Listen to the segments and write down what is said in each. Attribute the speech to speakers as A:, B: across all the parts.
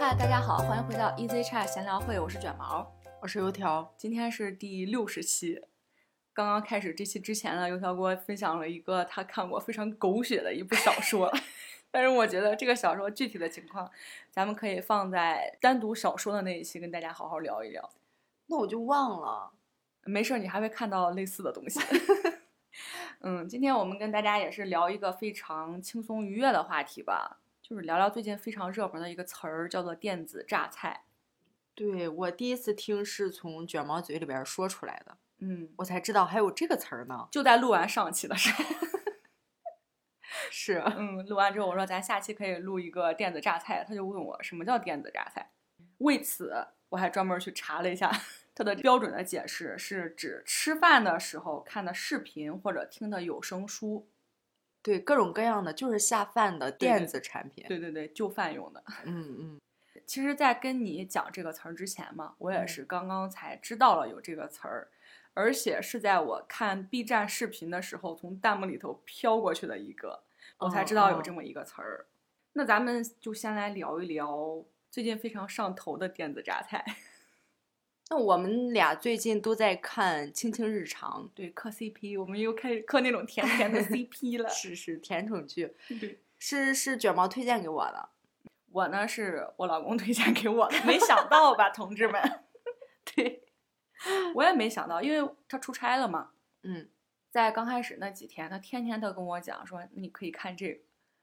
A: 嗨，大家好，欢迎回到 Easy Chat 闲聊会，我是卷毛，
B: 我是油条。
A: 今天是第六十期。刚刚开始这期之前呢，油条给我分享了一个他看过非常狗血的一部小 说，但是我觉得这个小说具体的情况，咱们可以放在单独小说的那一期跟大家好好聊一聊。
B: 那我就忘了，
A: 没事儿，你还会看到类似的 东西。嗯，今天我们跟大家也是聊一个非常轻松愉悦的话题吧，就是聊聊最近非常热门的一个词儿，叫做电子榨菜。
B: 对我第一次听是从卷毛嘴里边说出来的，
A: 嗯，
B: 我才知道还有这个词儿呢。
A: 就在录完上期的时候，
B: 是，
A: 嗯，录完之后我说咱下期可以录一个电子榨菜，他就问我什么叫电子榨菜。为此，我还专门去查了一下它的标准的解释，是指吃饭的时候看的视频或者听的有声书。
B: 对，各种各样的就是下饭的
A: 对对
B: 电子产品。
A: 对对对，就饭用的。
B: 嗯嗯，
A: 其实，在跟你讲这个词儿之前嘛，我也是刚刚才知道了有这个词儿，而且是在我看 B 站视频的时候，从弹幕里头飘过去的一个，我才知道有这
B: 么。
A: 么一个词儿。那咱们就先来聊一聊最近非常上头的电子榨菜，
B: 那我们俩最近都在看《卿卿日常
A: 对，磕 CP，我们又开始磕那种甜甜的 CP》，了。
B: 是是甜宠剧，
A: 对
B: 是是卷毛推荐给我的。
A: 我呢是我老公推荐给我的，没想到吧，同志们，
B: 对，
A: 我也没想到，因为他出差了嘛，
B: 嗯，
A: 在刚开始那几天，他天天都跟我讲说你可以看这个，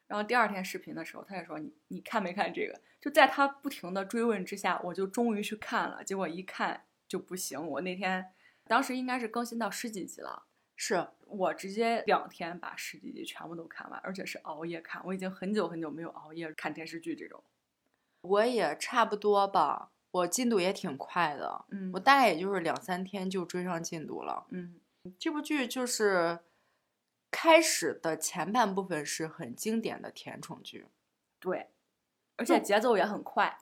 A: 然后第二天视频的时候，他也说你你看没看这个？就在他不停的追问之下，我就终于去看了，结果一看就不行。我那天当时应该是更新到十几集了，
B: 是
A: 我直接两天把十几集全部都看完，而且是熬夜看。我已经很久很久没有熬夜看电视剧这种。
B: 我也差不多吧，我进度也挺快的，
A: 嗯
B: 我大概也就是两三天就追上进度了。
A: 嗯
B: 这部剧就是开始的前半部分是很经典的甜宠剧，
A: 对，而且节奏也很快。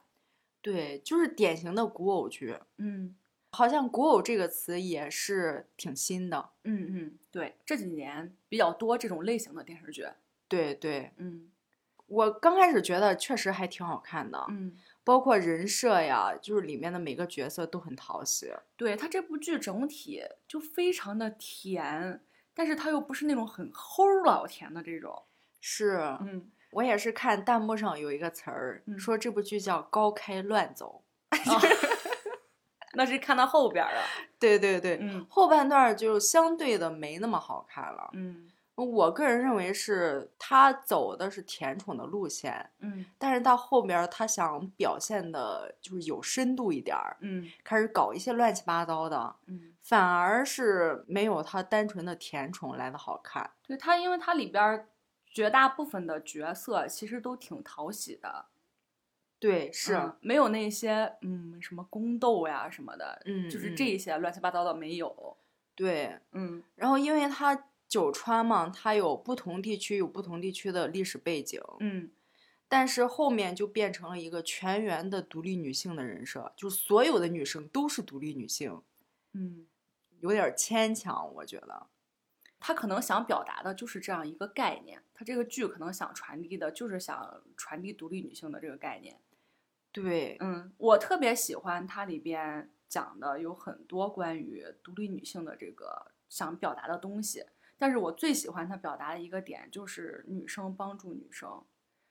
B: 对，就是典型的古偶剧。
A: 嗯
B: 好像“古偶”这个词也是挺新的，
A: 嗯嗯，对，这几年比较多这种类型的电视剧。
B: 对对。
A: 嗯
B: 我刚开始觉得确实还挺好看的，
A: 嗯。
B: 包括人设呀，就是里面的每个角色都很讨喜。
A: 对，它这部剧整体就非常的甜，但是它又不是那种很齁老甜的这种。
B: 是
A: 嗯，
B: 我也是看弹幕上有一个词儿
A: 嗯
B: 说这部剧叫“高开乱走
A: 那是看到后边儿了。”，
B: 对对对，
A: 嗯
B: 后半段儿就相对的没那么好看了。
A: 嗯
B: 我个人认为是他走的是甜宠的路线，
A: 嗯
B: 但是到后面儿他想表现的就是有深度一点儿，
A: 嗯
B: 开始搞一些乱七八糟的，
A: 嗯，
B: 反而是没有他单纯的甜宠来的好看。
A: 对它，因为它里边儿绝大部分的角色其实都挺讨喜的，
B: 对，是，
A: 嗯没有那些嗯什么宫斗呀什么的，
B: 嗯，
A: 就是
B: 嗯
A: 这一些乱七八糟的没有。
B: 对。
A: 嗯
B: 然后因为他九川嘛，他有不同地区有不同地区的历史背景，
A: 嗯
B: 但是后面就变成了一个全员的独立女性的人设，就是所有的女生都是独立女性，
A: 嗯，
B: 有点儿牵强，我觉得。
A: 他可能想表达的就是这样一个概念，他这个剧可能想传递的就是想传递独立女性的这个概念。
B: 对，
A: 嗯，我特别喜欢它里边讲的有很多关于独立女性的这个想表达的东西，但是我最喜欢它表达的一个点就是女生帮助女生，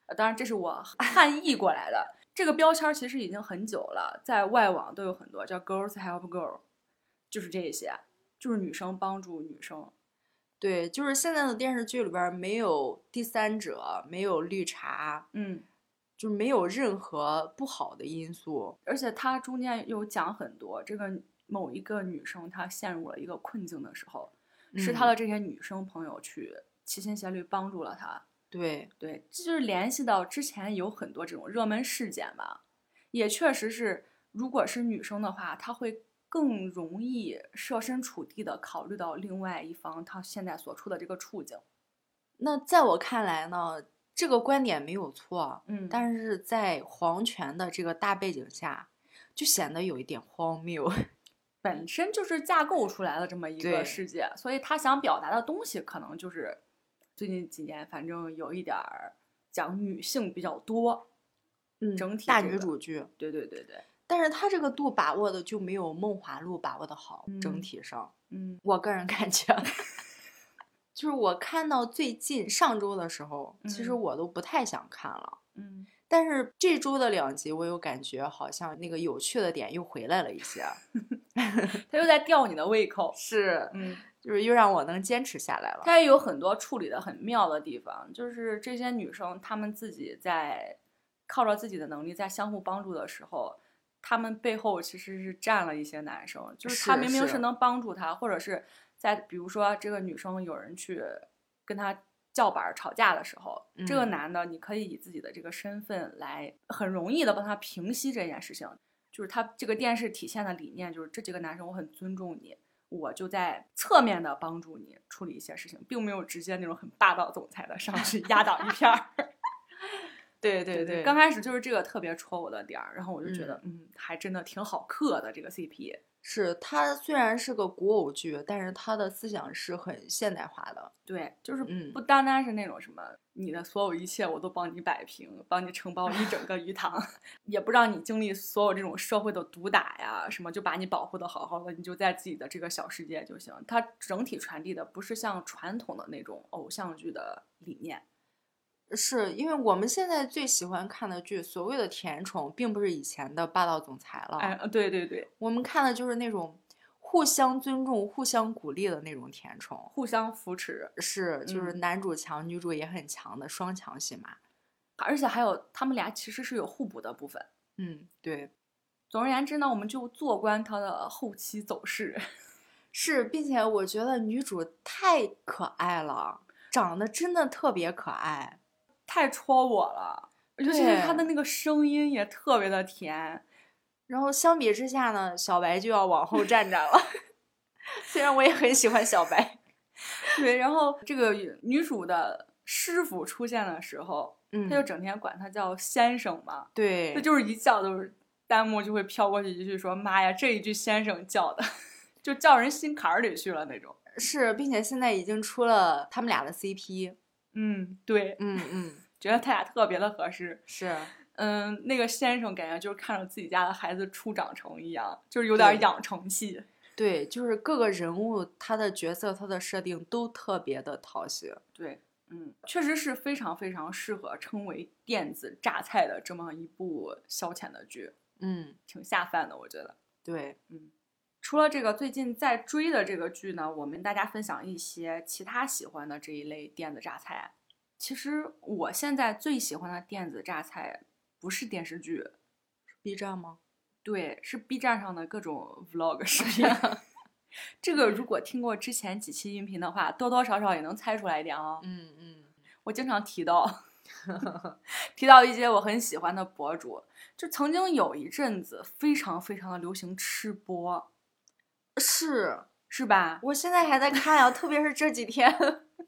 A: 呃当然这是我 汉译过来的。这个标签儿其实已经很久了，在外网都有很多叫 “girls help girl”，就是这一些，就是女生帮助女生。
B: 对，就是现在的电视剧里边儿没有第三者，没有绿茶，
A: 嗯，
B: 就是没有任何不好的因素。
A: 而且它中间有讲很多这个某一个女生她陷入了一个困境的时候，是他
B: 嗯
A: 的这些女生朋友去齐心协力帮助了他。
B: 对，
A: 对，这就是联系到之前有很多这种热门事件吧，也确实是，如果是女生的话，她会更容易设身处地的考虑到另外一方她现在所处的这个处境。
B: 那在我看来呢，这个观点没有错，
A: 嗯但是
B: 但是在皇权的这个大背景下，就显得有一点荒谬。
A: 本身就是架构出来的这么一个
B: 对
A: 世界，所以她想表达的东西可能就是最近几年反正有一点儿讲女性比较多。
B: 嗯，
A: 整体
B: 大
A: 这
B: 女
A: 个
B: 主剧，
A: 对对对对，
B: 但是她这个度把握的就没有《梦华录》把握的好，整
A: 嗯
B: 体上，
A: 嗯
B: 我个人感觉， 就是我看到最近上周的时候，其实
A: 嗯
B: 我都不太想看了。
A: 嗯
B: 但是这周的两集，我有感觉好像那个有趣的点又回来了一些，
A: 他又在吊你的胃口，
B: 是，
A: 嗯，
B: 就是又让我能坚持下来了。
A: 他也有很多处理的很妙的地方，就是这些女生她们自己在靠着自己的能力在相互帮助的时候，她们背后其实是站了一些男生，就是他
B: 是
A: 明明
B: 是
A: 是能帮助她，或者是在比如说这个女生有人去跟她。叫板儿吵架的时候，这个
B: 嗯
A: 男的你可以以自己的这个身份来很容易的帮他平息这件事情，就是他这个电视体现的理念就是这几个男生我很尊重你，我就在侧面的帮助你处理一些事情，并没有直接那种很霸道总裁的上去压倒一片儿。
B: 对对对，
A: 刚开始就是这个特别戳我的点儿，然后我就觉得，嗯还真的挺好磕的这个 CP。
B: 是它虽然是个古偶剧，但是它的思想是很现代化的。
A: 对，就是
B: 嗯
A: 不单单是那种什么，你的所有一切我都帮你摆平，帮你承包一整个鱼塘， 也不让你经历所有这种社会的毒打呀，什么就把你保护的好好的，你就在自己的这个小世界就行。它整体传递的不是像传统的那种偶像剧的理念，
B: 是因为我们现在最喜欢看的剧，所谓的甜宠，并不是以前的霸道总裁了。
A: 哎，对对对，
B: 我们看的就是那种互相尊重、互相鼓励的那种甜宠。
A: 互相扶持，
B: 是，就是
A: 嗯
B: 男主强，女主也很强的双强戏码。
A: 而且还有他们俩其实是有互补的部分。
B: 嗯，对，
A: 总而言之呢，我们就坐观它的后期走势。
B: 是，并且我觉得女主太可爱了，长得真的特别可爱。
A: 太戳我了，尤其是他的那个声音也特别的甜。
B: 然后相比之下呢，小白就要往后站站了。 虽然我也很喜欢小白，
A: 对，然后这个女主的师傅出现的时候，
B: 嗯
A: 他就整天管他叫先生嘛，
B: 对，
A: 他就是一叫都是弹幕就会飘过去一句说：“妈呀，这一句先生叫的， 就叫人心坎儿里去了那种。
B: 是，并且现在已经出了他们俩的 CP，”
A: 嗯，对，
B: 嗯嗯，
A: 觉得他俩特别的合适。
B: 是
A: 嗯，那个先生感觉就是看着自己家的孩子初长成一样，就是有点
B: 对
A: 养成系。
B: 对，就是各个人物他的角色他的设定都特别的讨喜，
A: 对，嗯，确实是非常非常适合称为电子榨菜的这么一部消遣的剧，
B: 嗯，
A: 挺下饭的，我觉得。
B: 对，
A: 除了这个最近在追的这个剧呢，我们大家分享一些其他喜欢的这一类电子榨菜。其实我现在最喜欢的电子榨菜不是电视剧，
B: B 站吗？
A: 对，是 B 站上的各种 vlog 视频。 这个如果听过之前几期音频的话，多多少少也能猜出来一点啊、
B: 嗯嗯，
A: 我经常提到， 提到一些我很喜欢的博主，就曾经有一阵子非常非常的流行吃播，
B: 是
A: 是吧？
B: 我现在还在看啊，特别是这几天，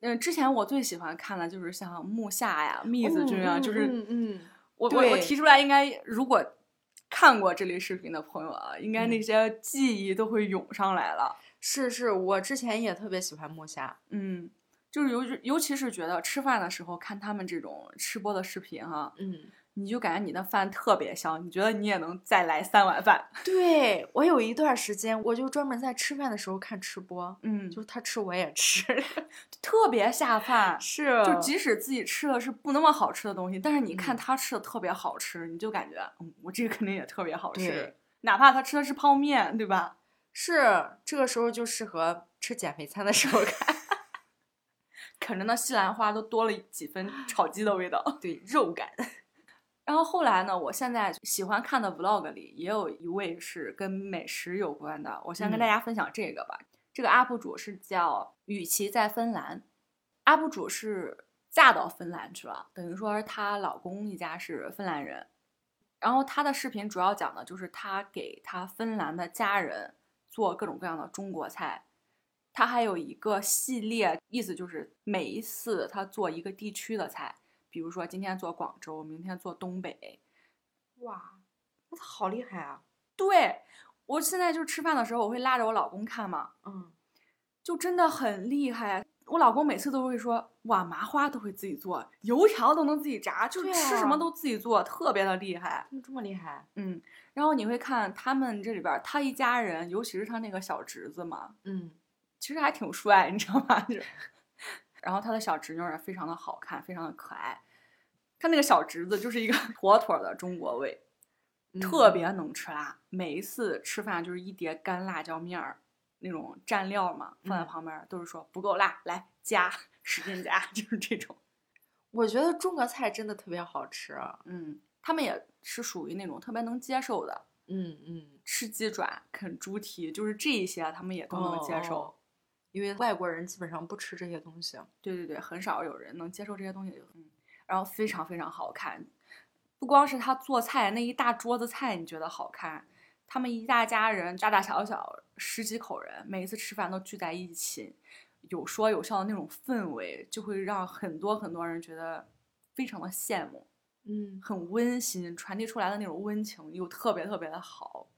A: 嗯，之前我最喜欢看的就是像木下呀、蜜子君啊，
B: 嗯
A: 就是
B: 嗯嗯，
A: 我我我
B: 对
A: 提出来，应该如果看过这类视频的朋友啊，应该
B: 嗯
A: 那些记忆都会涌上来了。
B: 是是，我之前也特别喜欢木下，
A: 嗯，就是尤其尤其是觉得吃饭的时候看他们这种吃播的视频哈、
B: 嗯，
A: 你就感觉你的饭特别香，你觉得你也能再来三碗饭。
B: 对我有一段时间我就专门在吃饭的时候看吃播，
A: 嗯，
B: 就是他吃我也吃，。
A: 特别下饭
B: 是啊
A: 就即使自己吃的是不那么好吃的东西，但是你看
B: 嗯
A: 他吃的特别好吃，你就感觉，嗯，我这个肯定也特别好吃
B: 对。
A: 哪怕他吃的是泡面，对吧？
B: 是这个时候就适合吃减肥餐的时候看，
A: 啃着那西兰花都多了几分炒鸡的味道。
B: 对肉感，
A: 然后后来呢，我现在喜欢看的 vlog 里也有一位是跟美食有关的，我先跟大
B: 嗯
A: 家分享这个吧。这个 UP 主是叫雨琦在芬兰，UP 主是嫁到芬兰去了，等于说她老公一家是芬兰人。然后她的视频主要讲的就是她给她芬兰的家人做各种各样的中国菜，她还有一个系列，意思就是每一次她做一个地区的菜，比如说今天做广州，明天做东北。
B: 哇，那他好厉害啊！
A: 对我现在就吃饭的时候，我会拉着我老公看嘛，
B: 嗯，
A: 就真的很厉害。啊我老公每次都会说，哇，麻花都会自己做，油条都能自己炸，就是
B: 对
A: 吃什
B: 啊
A: 么都自己做，特别的厉害。
B: 这么厉害？
A: 嗯，然后你会看他们这里边儿，他一家人，尤其是他那个小侄子嘛，
B: 嗯，
A: 其实还挺帅，你知道吗？ 就是然后他的小侄女儿也非常的好看，非常的可爱。他那个小侄子就是一个 妥妥的中国胃，特别
B: 嗯
A: 能吃辣。每一次吃饭就是一碟干辣椒面儿，那种蘸料嘛，放在
B: 嗯
A: 旁边儿都是说不够辣，来加，使劲加， 就是这种。
B: 我觉得中国菜真的特别好吃。啊
A: 嗯，他们也是属于那种特别能接受的，
B: 嗯嗯，
A: 吃鸡爪、啃猪蹄，就是这一些他们也都能接受。
B: 哦因为外国人基本上不吃这些东西。啊
A: 对对对，很少有人能接受这些东西。嗯，然后非常非常好看，不光是他做菜那一大桌子菜你觉得好看，他们一大家人大大小小十几口人，每一次吃饭都聚在一起，有说有笑的那种氛围，就会让很多很多人觉得非常的羡慕，
B: 嗯，
A: 很温馨，传递出来的那种温情又特别特别的好，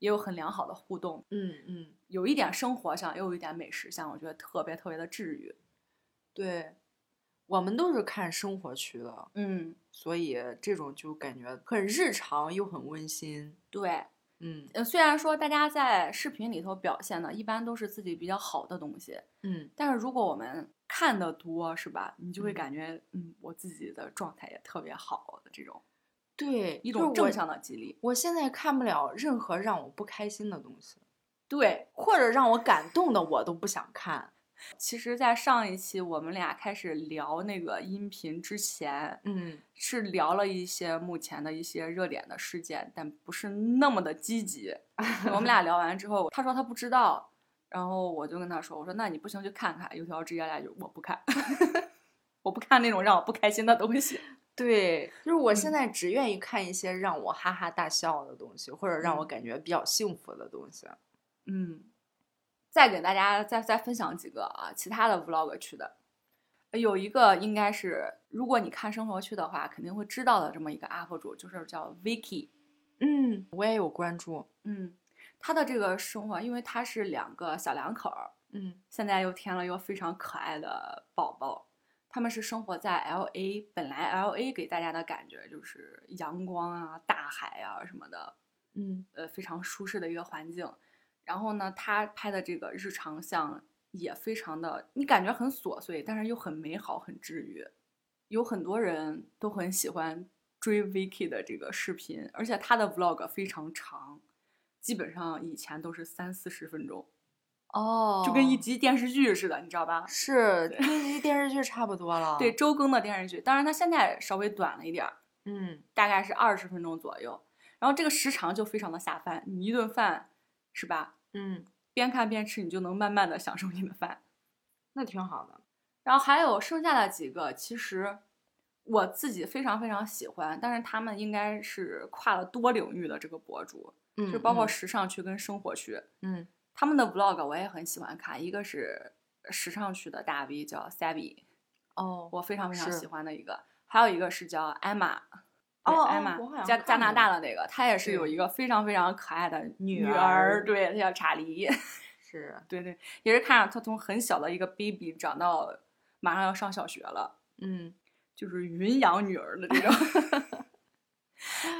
A: 也有很良好的互动，
B: 嗯嗯，
A: 有一点生活上，又有一点美食上，我觉得特别特别的治愈。
B: 对，我们都是看生活区的，
A: 嗯，
B: 所以这种就感觉很日常又很温馨。
A: 对。
B: 嗯
A: 呃，虽然说大家在视频里头表现的一般都是自己比较好的东西，
B: 嗯，
A: 但是如果我们看的多，是吧？你就会
B: 嗯
A: 感觉，嗯，我自己的状态也特别好的这种
B: 对，
A: 一
B: 就
A: 种
B: 是
A: 正
B: 我
A: 向的激励。
B: 我现在看不了任何让我不开心的东西，
A: 对，
B: 或者让我感动的，我都不想看。
A: 其实，在上一期我们俩开始聊那个音频之前，
B: 嗯
A: 是聊了一些目前的一些热点的事件，但不是那么的积极。 我们俩聊完之后，他说他不知道，然后我就跟他说：“我说那你不行去看看。”油条直接来一句：“我不看， 我不看那种让我不开心的东西。
B: 对，就是我现
A: 嗯
B: 在只愿意看一些让我哈哈大笑的东西，或者让我
A: 嗯
B: 感觉比较幸福的东西。”啊
A: 嗯，再给大家再再分享几个啊，其他的 vlog 去的，呃有一个应该是如果你看生活区的话，肯定会知道的这么一个 UP 主，就是叫 Vicky。
B: 嗯，我也有关注。
A: 嗯，他的这个生活，因为他是两个小两口儿，
B: 嗯
A: 现在又添了一个非常可爱的宝宝。他们是生活在 L A，本来 L A 给大家的感觉就是阳光啊、大海啊什么的，
B: 嗯
A: 呃，非常舒适的一个环境。然后呢，他拍的这个日常像也非常的，你感觉很琐碎，但是又很美好、很治愈。有很多人都很喜欢追 Vicky 的这个视频，而且他的 vlog 非常长，基本上以前都是三四十分钟，
B: 哦，
A: 就跟一集电视剧似的，你知道吧？
B: 是跟一电视剧差不多了。
A: 对，，周更的电视剧，当然它现在稍微短了一点儿，
B: 嗯，
A: 大概是二十分钟左右。然后这个时长就非常的下饭，你一顿饭是吧？
B: 嗯，
A: 边看边吃，你就能慢慢的享受你的饭。
B: 那挺好的。
A: 然后还有剩下的几个，其实我自己非常非常喜欢，但是他们应该是跨了多领域的这个博主，
B: 嗯
A: 就包括
B: 嗯
A: 时尚区跟生活区，
B: 嗯
A: 他们的 vlog 我也很喜欢看，一个是时尚区的大 V 叫 Sabi，
B: 哦
A: 我非常非常
B: 是
A: 喜欢的一个，还有一个是叫 Emma。对
B: 哦哦我好
A: ，Emma，
B: 像
A: 加
B: 看
A: 加拿
B: 过
A: 大的那个，她也是有
B: 对
A: 一个非常非常可爱的
B: 女
A: 女
B: 儿
A: 儿对，她叫查理。
B: 是
A: 对对，也是看着他从很小的一个 baby 长到马上要上小学了，
B: 嗯
A: 就是云养女儿的这种。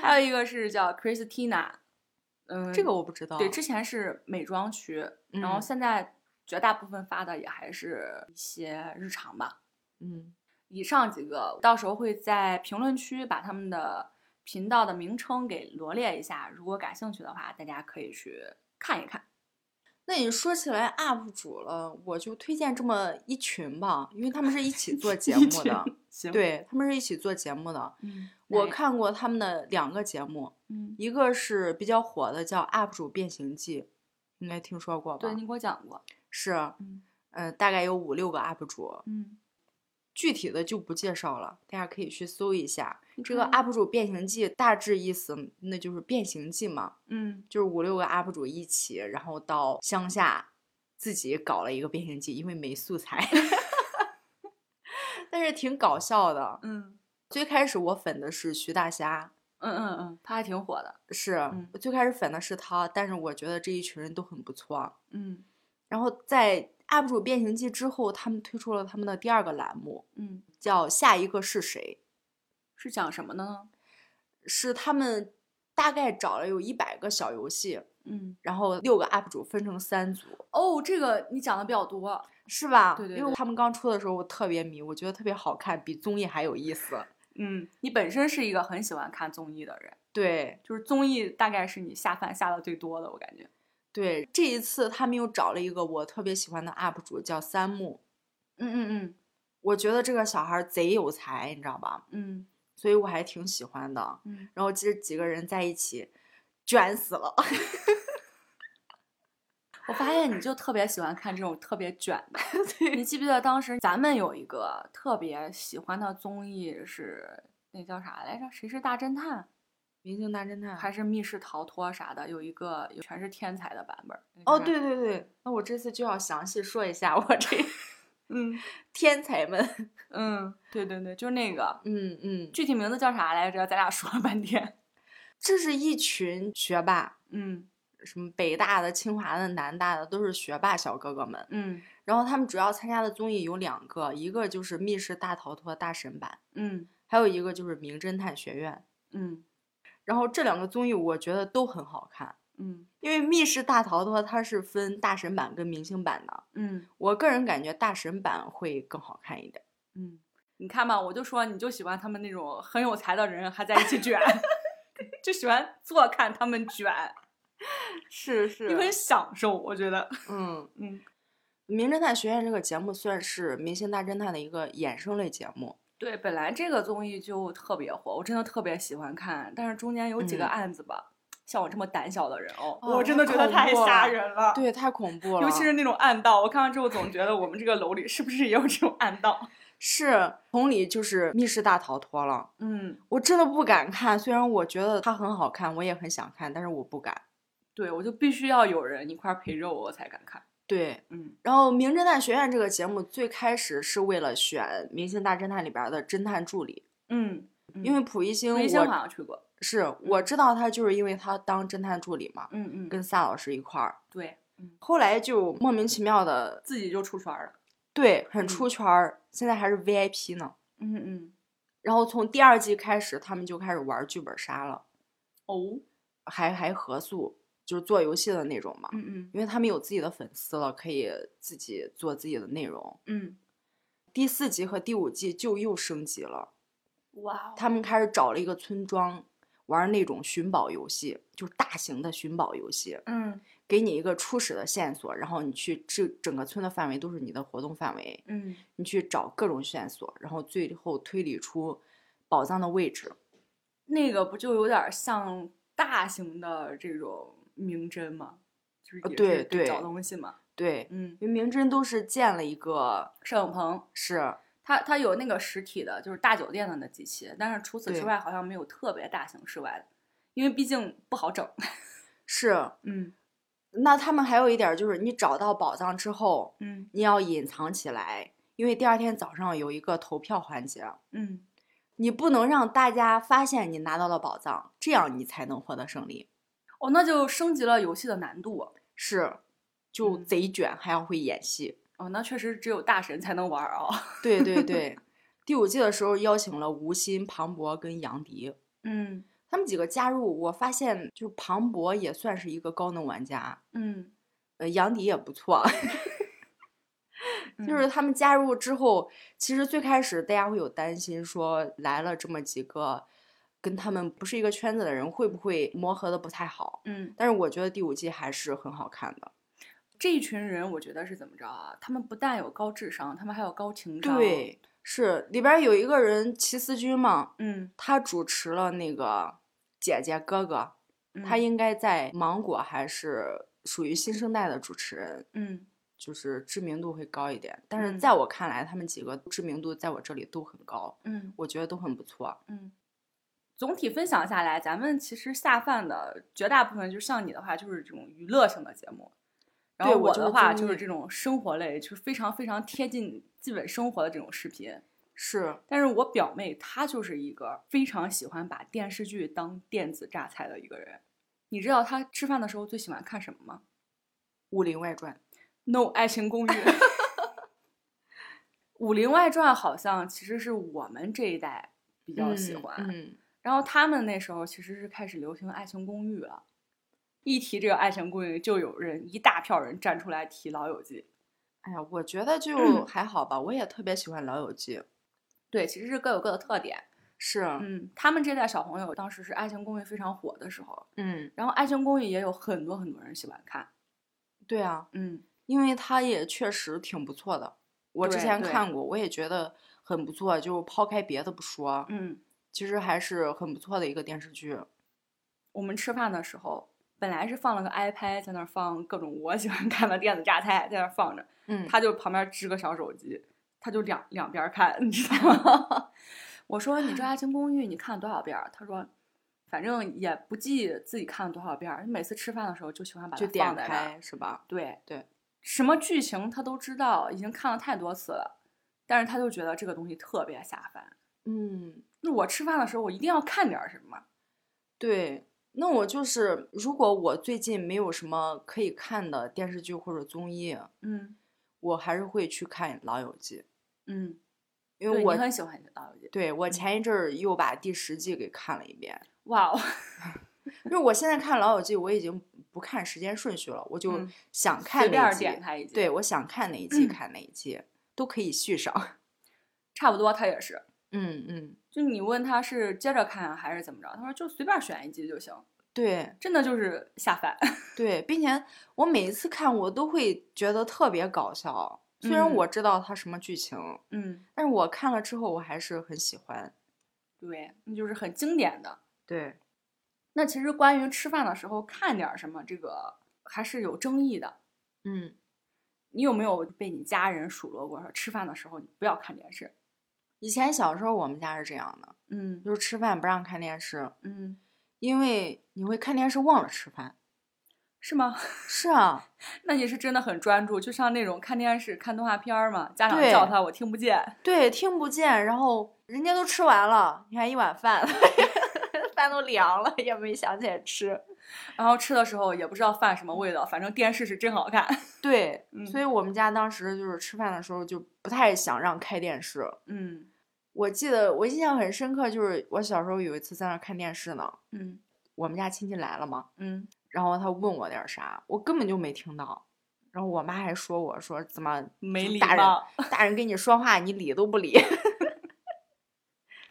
A: 还有一个是叫 Christina，嗯，
B: 这个我不知道。
A: 对，之前是美妆区，然后
B: 嗯
A: 现在绝大部分发的也还是一些日常吧。
B: 嗯
A: 以上几个到时候会在评论区把他们的频道的名称给罗列一下，如果感兴趣的话，大家可以去 看一看。
B: 那你说起来 UP 主了，我就推荐这么一群吧，因为他们是一起做节
A: 一
B: 目
A: 群
B: 的，
A: 行，，
B: 对他们是一起做节目的。
A: 嗯，
B: 我
A: 来，
B: 看过他们的两个节目，
A: 嗯，
B: 一个是比较火的叫《UP 主变形记》，应该听说过吧
A: 对？你给我讲过，
B: 是，
A: 嗯
B: 呃，大概有五六个 UP 主，
A: 嗯。
B: 具体的就不介绍了，大家可以去搜一下。这个
A: 嗯
B: UP 主变形记大致意思，那就是变形记嘛，
A: 嗯
B: 就是五六个 UP 主一起，然后到乡下自己搞了一个变形记，因为没素材， 但是挺搞笑的。
A: 嗯
B: 最开始我粉的是徐大侠，
A: 嗯嗯嗯，他还挺火的。
B: 是、
A: 嗯
B: 最开始粉的是他，但是我觉得这一群人都很不错。啊
A: 嗯
B: 然后在 UP 主变形记之后，他们推出了他们的第二个栏目，
A: 嗯，
B: 叫“下一个是谁
A: 是讲什么的呢？”，
B: 是他们大概找了有一百个小游戏，
A: 嗯，
B: 然后六个 UP 主分成三组，
A: 哦，这个你讲的比较多，
B: 是吧？
A: 对对
B: 因为
A: 对
B: 他们刚出的时候，我特别迷，我觉得特别好看，比综艺还有意思。
A: 嗯，你本身是一个很喜欢看综艺的人，
B: 对
A: 就是综艺大概是你下饭下的最多的，我感觉，
B: 对，这一次他们又找了一个我特别喜欢的 UP 主，叫三木。
A: 嗯嗯
B: 我觉得这个小孩儿贼有才，你知道吧？
A: 嗯
B: 所以我还挺喜欢的。
A: 嗯
B: 然后这几个人在一起，卷死了。
A: 嗯，我发现你就特别喜欢看这种特别卷的。 你
B: 对，
A: 记不记得当时咱们有一个特别喜欢的综艺是那叫啥来着？谁是大侦探？
B: 明星大侦探
A: 还是密室逃脱啥的？有一个有全是天才的版本。那个
B: 哦，
A: 啥，
B: 对对对，那我这次就要详细说一下我 这
A: 嗯
B: 天才们。
A: 嗯，对对对，就是那个，
B: 嗯嗯，
A: 具体名字叫啥来着？咱俩说了半天。
B: 这是一群学霸，
A: 嗯
B: 什么北大的、清华的、南大的，都是学霸小哥哥们。
A: 嗯
B: 然后他们主要参加的综艺有两个，一个就是《密室大逃脱》大神版，
A: 嗯
B: 还有一个就是《名侦探学院》。
A: 嗯
B: 然后这两个综艺我觉得都很好看，
A: 嗯
B: 因为《密室大逃脱》它是分大神版跟明星版的，
A: 嗯
B: 我个人感觉大神版会更好看一点。
A: 嗯，你看吧，我就说你就喜欢他们那种很有才的人还在一起卷， 就喜欢坐看他们卷，
B: 是是
A: 你很享受，我觉得。
B: 嗯，《
A: 嗯，
B: 名侦探学院》这个节目算是《明星大侦探》的一个衍生类节目。
A: 对，本来这个综艺就特别火，我真的特别喜欢看，但是中间有几个
B: 嗯
A: 案子吧，像我这么胆小的人哦，
B: 哦
A: 我真的
B: 太
A: 觉得
B: 恐
A: 太
B: 怖
A: 吓
B: 了
A: 人了。
B: 对，太恐怖了，
A: 尤其是那种暗道，我看完之后总觉得我们这个楼里是不是也有这种暗道？
B: 是同理就是《密室大逃脱》了。
A: 嗯，
B: 我真的不敢看，虽然我觉得它很好看，我也很想看，但是我不敢。
A: 对，我就必须要有人一块儿陪着我，我才敢看。
B: 对，
A: 嗯
B: 然后《名侦探学院》这个节目最开始是为了选《明星大侦探》里边的侦探助理，
A: 嗯，
B: 因为蒲熠星
A: 黑星好嗯
B: 我
A: 像去过。
B: 是我知道他就是因为他当侦探助理嘛，
A: 嗯嗯，
B: 跟萨老师一块儿，
A: 对，嗯，
B: 后来就莫名其妙的
A: 自己就出圈了。
B: 对
A: 嗯
B: 很出圈儿，现在还是 VIP 呢。
A: 嗯嗯，
B: 然后从第二季开始，他们就开始玩剧本杀了，
A: 哦，
B: 还还合宿，就是做游戏的那种嘛。
A: 嗯嗯
B: 因为他们有自己的粉丝了，可以自己做自己的内容。
A: 嗯，
B: 第四集和第五季就又升级了，
A: 哇哦，
B: 他们开始找了一个村庄玩那种寻宝游戏，就是大型的寻宝游戏，
A: 嗯
B: 给你一个初始的线索，然后你去这整个村的范围都是你的活动范围，
A: 嗯
B: 你去找各种线索，然后最后推理出宝藏的位置。
A: 那个不就有点儿像大型的这种名侦吗？就是
B: 呃
A: 也
B: 对
A: 是得找
B: 对
A: 东西嘛。
B: 对，
A: 嗯，
B: 因为明侦都是建了一个
A: 摄影棚，
B: 是
A: 它它有那个实体的，就是大酒店的那机器，但是除此之
B: 对
A: 外好像没有特别大型室外的，因为毕竟不好整。
B: 是，
A: 嗯
B: 那他们还有一点儿就是你找到宝藏之后，
A: 嗯
B: 你要隐藏起来，因为第二天早上有一个投票环节，
A: 嗯，
B: 你不能让大家发现你拿到了宝藏，这样你才能获得胜利。
A: 哦，那就升级了游戏的难度。啊
B: 是，就
A: 嗯
B: 贼卷，还要会演戏。
A: 哦，那确实只有大神才能玩儿哦。
B: 对对对，第五季的时候邀请了吴昕、庞博跟杨迪。
A: 嗯
B: 他们几个加入，我发现就庞博也算是一个高能玩家，
A: 嗯，
B: 呃，杨迪也不错。
A: 嗯
B: 就是他们加入之后，其实最开始大家会有担心，说来了这么几个跟他们不是一个圈子的人，会不会磨合的不太好？
A: 嗯，
B: 但是我觉得第五季还是很好看的。
A: 这一群人我觉得是怎么着啊？他们不但有高智商，他们还有高情商。，
B: 对，是里边儿有一个人齐思钧嘛，
A: 嗯，
B: 他主持了那个姐姐哥哥，他
A: 嗯
B: 应该在芒果还是属于新生代的主持人，
A: 嗯
B: 就是知名度会高一点。但是
A: 嗯
B: 在我看来，他们几个知名度在我这里都很高，
A: 嗯
B: 我觉得都很不错。
A: 嗯，总体分享下来，咱们其实下饭的绝大部分，就像你的话，就是这种娱乐性的节目。然后
B: 对我
A: 我
B: 就
A: 的
B: 是
A: 话
B: 综
A: 就是
B: 艺
A: 这种生活类，就是非常非常贴近基本生活的这种视频。
B: 是
A: 但是我表妹她就是一个非常喜欢把电视剧当电子榨菜的一个人。你知道她吃饭的时候最喜欢看什么吗？
B: 《武林外传》
A: No 爱情公寓》。 《武林外传》好像其实是我们这一代比较喜欢，
B: 嗯，
A: 然后他们那时候其实是开始流行《爱情公寓》了。一提这个《爱情公寓》，就有人一大票人站出来提《老友记》。
B: 哎呀，我觉得就还好吧，我也特别喜欢《老友记》，
A: 对，其实是各有各的特点。
B: 是，
A: 嗯，他们这代小朋友当时是《爱情公寓》非常火的时候，
B: 嗯，
A: 然后《爱情公寓》也有很多很多人喜欢看。
B: 对啊，
A: 嗯，
B: 因为它也确实挺不错的，我之
A: 对
B: 前
A: 对
B: 看过，我也觉得很不错，就抛开别的不说，
A: 嗯，
B: 其实还是很不错的一个电视剧。
A: 我们吃饭的时候本来是放了个 iPad 在那儿放各种我喜欢看的电子榨菜，在那儿放着，
B: 嗯，
A: 他就旁边支个小手机，他就两两边儿看，你知道吗？ 我说 你这《爱情公寓》你看了多少遍儿？他说。反正也不记自己看了多少遍儿，每次吃饭的时候就喜欢把它
B: 就点
A: 放在那儿。
B: 开是吧？
A: 对
B: 对，
A: 什么剧情他都知道，已经看了太多次了，但是他就觉得这个东西特别下饭。
B: 嗯，
A: 那我吃饭的时候，我一定要看点儿什么。
B: 对。那我就是，如果我最近没有什么可以看的电视剧或者综艺，
A: 嗯
B: 我还是会去看《老友记》，
A: 嗯，
B: 因为
A: 对
B: 我
A: 你很嗯喜欢这道理。
B: 对我前一阵儿又把第十季给看了一遍，
A: 哇哦，
B: 因为我现在看《老友记》，我已经不看时间顺序了，我就
A: 嗯
B: 想
A: 随
B: 看
A: 便
B: 哪
A: 儿
B: 一季，
A: 点开一集，
B: 对，我想看哪一季看哪一季都可以续上。
A: 差不多他也是。
B: 嗯嗯，
A: 就你问他是接着看啊还是怎么着，他说就随便选一集就行，
B: 对
A: 真的就是下饭。
B: 对，并且我每一次看我都会觉得特别搞笑，虽然
A: 嗯
B: 我知道它什么剧情，
A: 嗯，
B: 但是我看了之后我还是很喜欢。
A: 对，那就是很经典的。
B: 对，
A: 那其实关于吃饭的时候看点儿什么，这个还是有争议的。
B: 嗯，
A: 你有没有被你家人数落过，说吃饭的时候你不要看电视？
B: 以前小时候我们家是这样的，
A: 嗯
B: 就是吃饭不让看电视，
A: 嗯，
B: 因为你会看电视忘了吃饭。
A: 是吗？
B: 是啊，
A: 那你是真的很专注，就像那种看电视、看动画片儿嘛，家长
B: 对
A: 叫他我听不见。
B: 对，听不见，然后人家都吃完了，你看一碗饭， 饭都凉了，也没想起来吃。
A: 然后吃的时候也不知道饭什么味道，反正电视是真好看。
B: 对，所
A: 嗯
B: 以我们家当时就是吃饭的时候就不太想让开电视。
A: 嗯
B: 我记得我印象很深刻，就是我小时候有一次在那儿看电视呢，
A: 嗯
B: 我们家亲戚来了嘛，
A: 嗯
B: 然后他问我点儿啥，我根本就没听到。然后我妈还说我说怎么
A: 没
B: 就
A: 礼
B: 大人
A: 貌，
B: 大人跟你说话你理都不理，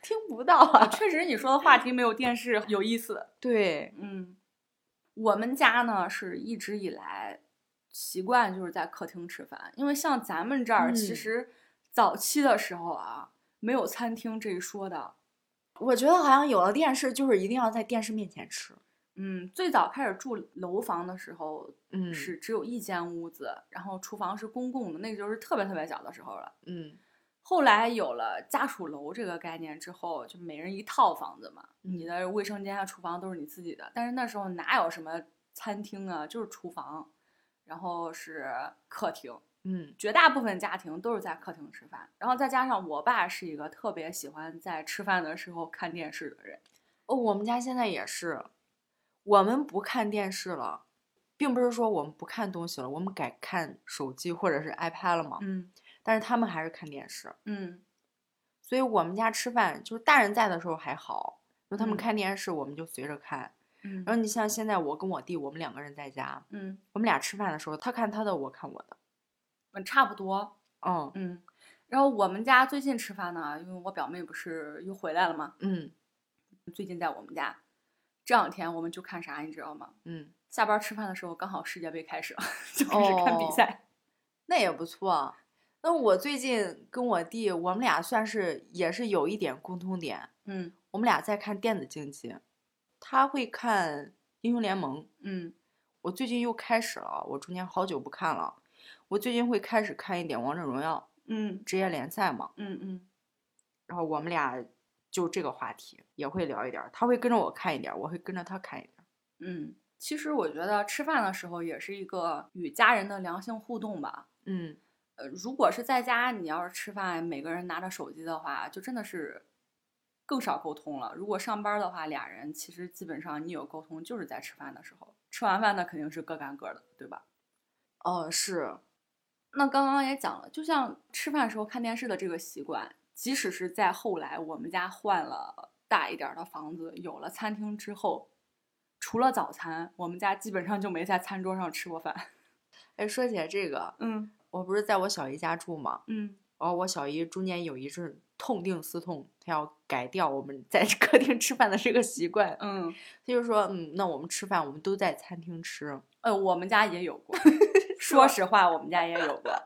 B: 听不到 啊。
A: 确实你说的话题没有电视有意思。
B: 对，
A: 嗯，我们家呢是一直以来习惯就是在客厅吃饭，因为像咱们这儿其
B: 嗯
A: 实早期的时候啊，没有餐厅这一说的。
B: 我觉得好像有了电视，就是一定要在电视面前吃。
A: 嗯，最早开始住楼房的时候
B: 嗯
A: 是只有一间屋子，然后厨房是公共的，那个就是特别特别小的时候了。
B: 嗯
A: 后来有了家属楼这个概念之后，就每人一套房子嘛，你
B: 嗯
A: 的卫生间啊、厨房都是你自己的。但是那时候哪有什么餐厅啊，就是厨房，然后是客厅，
B: 嗯
A: 绝大部分家庭都是在客厅吃饭。然后再加上我爸是一个特别喜欢在吃饭的时候看电视的人，
B: 哦，我们家现在也是，我们不看电视了，并不是说我们不看东西了，我们改看手机或者是 iPad 了嘛。
A: 嗯
B: 但是他们还是看电视，
A: 嗯
B: 所以我们家吃饭就是大人在的时候还好，就他们
A: 嗯
B: 看电视我们就随着看。
A: 嗯
B: 然后你像现在我跟我弟，我们两个人在家，
A: 嗯
B: 我们俩吃饭的时候，他看他的，我看我的。
A: 嗯，差不多。
B: 嗯
A: 嗯，然后我们家最近吃饭呢，因为我表妹不是又回来了嘛，
B: 嗯
A: 最近在我们家。这两天我们就看啥，你知道吗？
B: 嗯，
A: 下班吃饭的时候，刚好世界杯开始了， 就开始看比
B: 哦
A: 赛。
B: 那也不错。那我最近跟我弟，我们俩算是也是有一点共通点，
A: 嗯
B: 我们俩在看电子竞技，他会看英雄联盟，
A: 嗯
B: 我最近又开始了，我中间好久不看了，我最近会开始看一点王者荣耀
A: 嗯
B: 职业联赛嘛，
A: 嗯嗯，
B: 然后我们俩就这个话题也会聊一点儿，他会跟着我看一点儿，我会跟着他看一点儿，
A: 嗯。其实我觉得吃饭的时候也是一个与家人的良性互动吧。
B: 嗯，
A: 呃，如果是在家，你要是吃饭，每个人拿着手机的话，就真的是更少沟通了。如果上班的话，俩人其实基本上你有沟通就是在吃饭的时候，吃完饭那肯定是各干各的，对吧？
B: 哦是，
A: 那刚刚也讲了，就像吃饭时候看电视的这个习惯，即使是在后来我们家换了大一点儿的房子，有了餐厅之后，除了早餐，我们家基本上就没在餐桌上吃过饭。
B: 哎，说起来这个，
A: 嗯
B: 我不是在我小姨家住吗？
A: 嗯，
B: 然后我小姨中间有一阵痛定思痛，她要改掉我们在 客厅吃饭的这个习惯。
A: 嗯，
B: 她就说，嗯，那我们吃饭我们都在餐厅吃，
A: 呃，我们家也有 过。
B: 吧
A: 说实话，我们家也有过。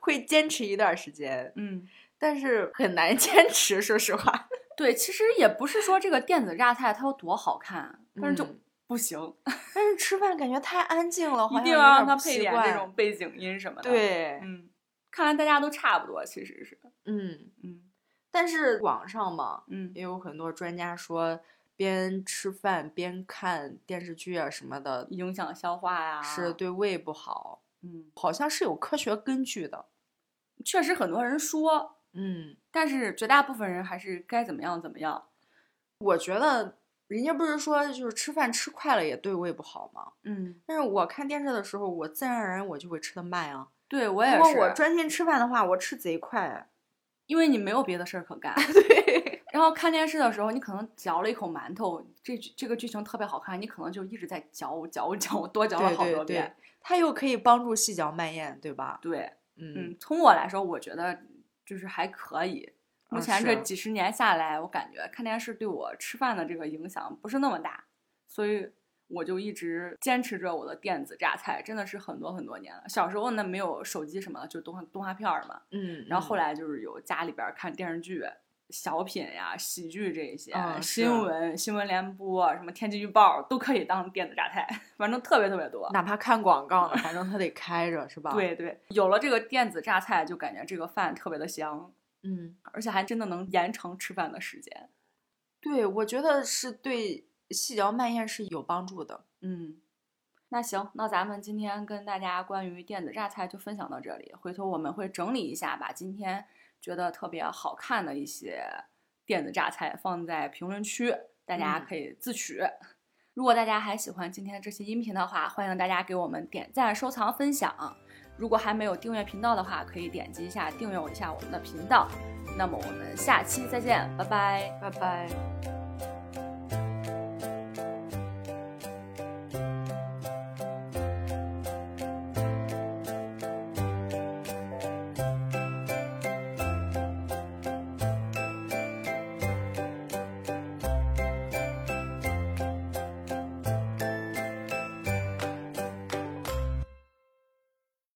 B: 会坚持一段时间，
A: 嗯，
B: 但是很难 坚持。说实话，
A: 对，其实也不是说这个电子榨菜它有多好看，但是就
B: 嗯
A: 不行，
B: 但是吃饭感觉太安静了，好
A: 一
B: 像
A: 定
B: 有
A: 要让
B: 点
A: 它
B: 不
A: 配
B: 习
A: 点这
B: 惯
A: 种。背景音什么的。，
B: 对，
A: 嗯，看来大家都差不多，其实是，
B: 嗯，
A: 嗯
B: 但是网上嘛，
A: 嗯
B: 也有很多专家说，边吃饭边看电视剧啊什么的，
A: 影响消化呀、
B: 是，对胃不好，
A: 嗯，
B: 好像是有科学根据的。
A: 确实很多人说，
B: 嗯，
A: 但是绝大部分人还是该怎么样怎么样。
B: 我觉得人家不是说就是吃饭吃快了也对胃不好吗？
A: 嗯，
B: 但是我看电视的时候，我自然而然我就会吃的慢啊。
A: 对我也
B: 如
A: 是，
B: 果我专心吃饭的话，我吃贼快。
A: 因为你没有别的事儿可干。
B: 对，
A: 然后看电视的时候，你可能嚼了一口馒头，这剧这个剧情特别好看，你可能就一直在嚼嚼 嚼，多嚼了
B: 对
A: 好
B: 对
A: 多
B: 对
A: 遍。，
B: 它又可以帮助细嚼慢咽，对吧？
A: 对
B: 嗯
A: 嗯，从我来说，我觉得就是还可以。目
B: 啊
A: 前这
B: 是
A: 几十年下来，我感觉看电视对我吃饭的这个影响不是那么大，所以我就一直坚持着我的电子榨菜，真的是很多很多年了。小时候呢，没有手机什么的，就动画动画片儿嘛。
B: 嗯，
A: 然后后
B: 嗯
A: 来就是有家里边儿看电视剧、小品呀、喜剧这一些，
B: 啊是
A: 新闻、新闻联播、啊什么天气预报都可以当电子榨菜，反正特别特别多。
B: 哪怕看广告呢，反正它得开着，是吧？，
A: 对对，有了这个电子榨菜，就感觉这个饭特别的香，
B: 嗯，
A: 而且还真的能延长吃饭的时间。
B: 对，我觉得是对细嚼慢咽是有帮助的。
A: 嗯，那行，那咱们今天跟大家关于电子榨菜就分享到这里，回头我们会整理一下，把今天觉得特别好看的一些电子榨菜放在评论区，大家
B: 嗯
A: 可以自取。如果大家还喜欢今天这期音频的话，欢迎大家给我们点赞、收藏、分享。如果还没有订阅频道的话，可以点击一下订阅我一下我们的频道。那么我们下期再见，拜拜。
B: 拜拜。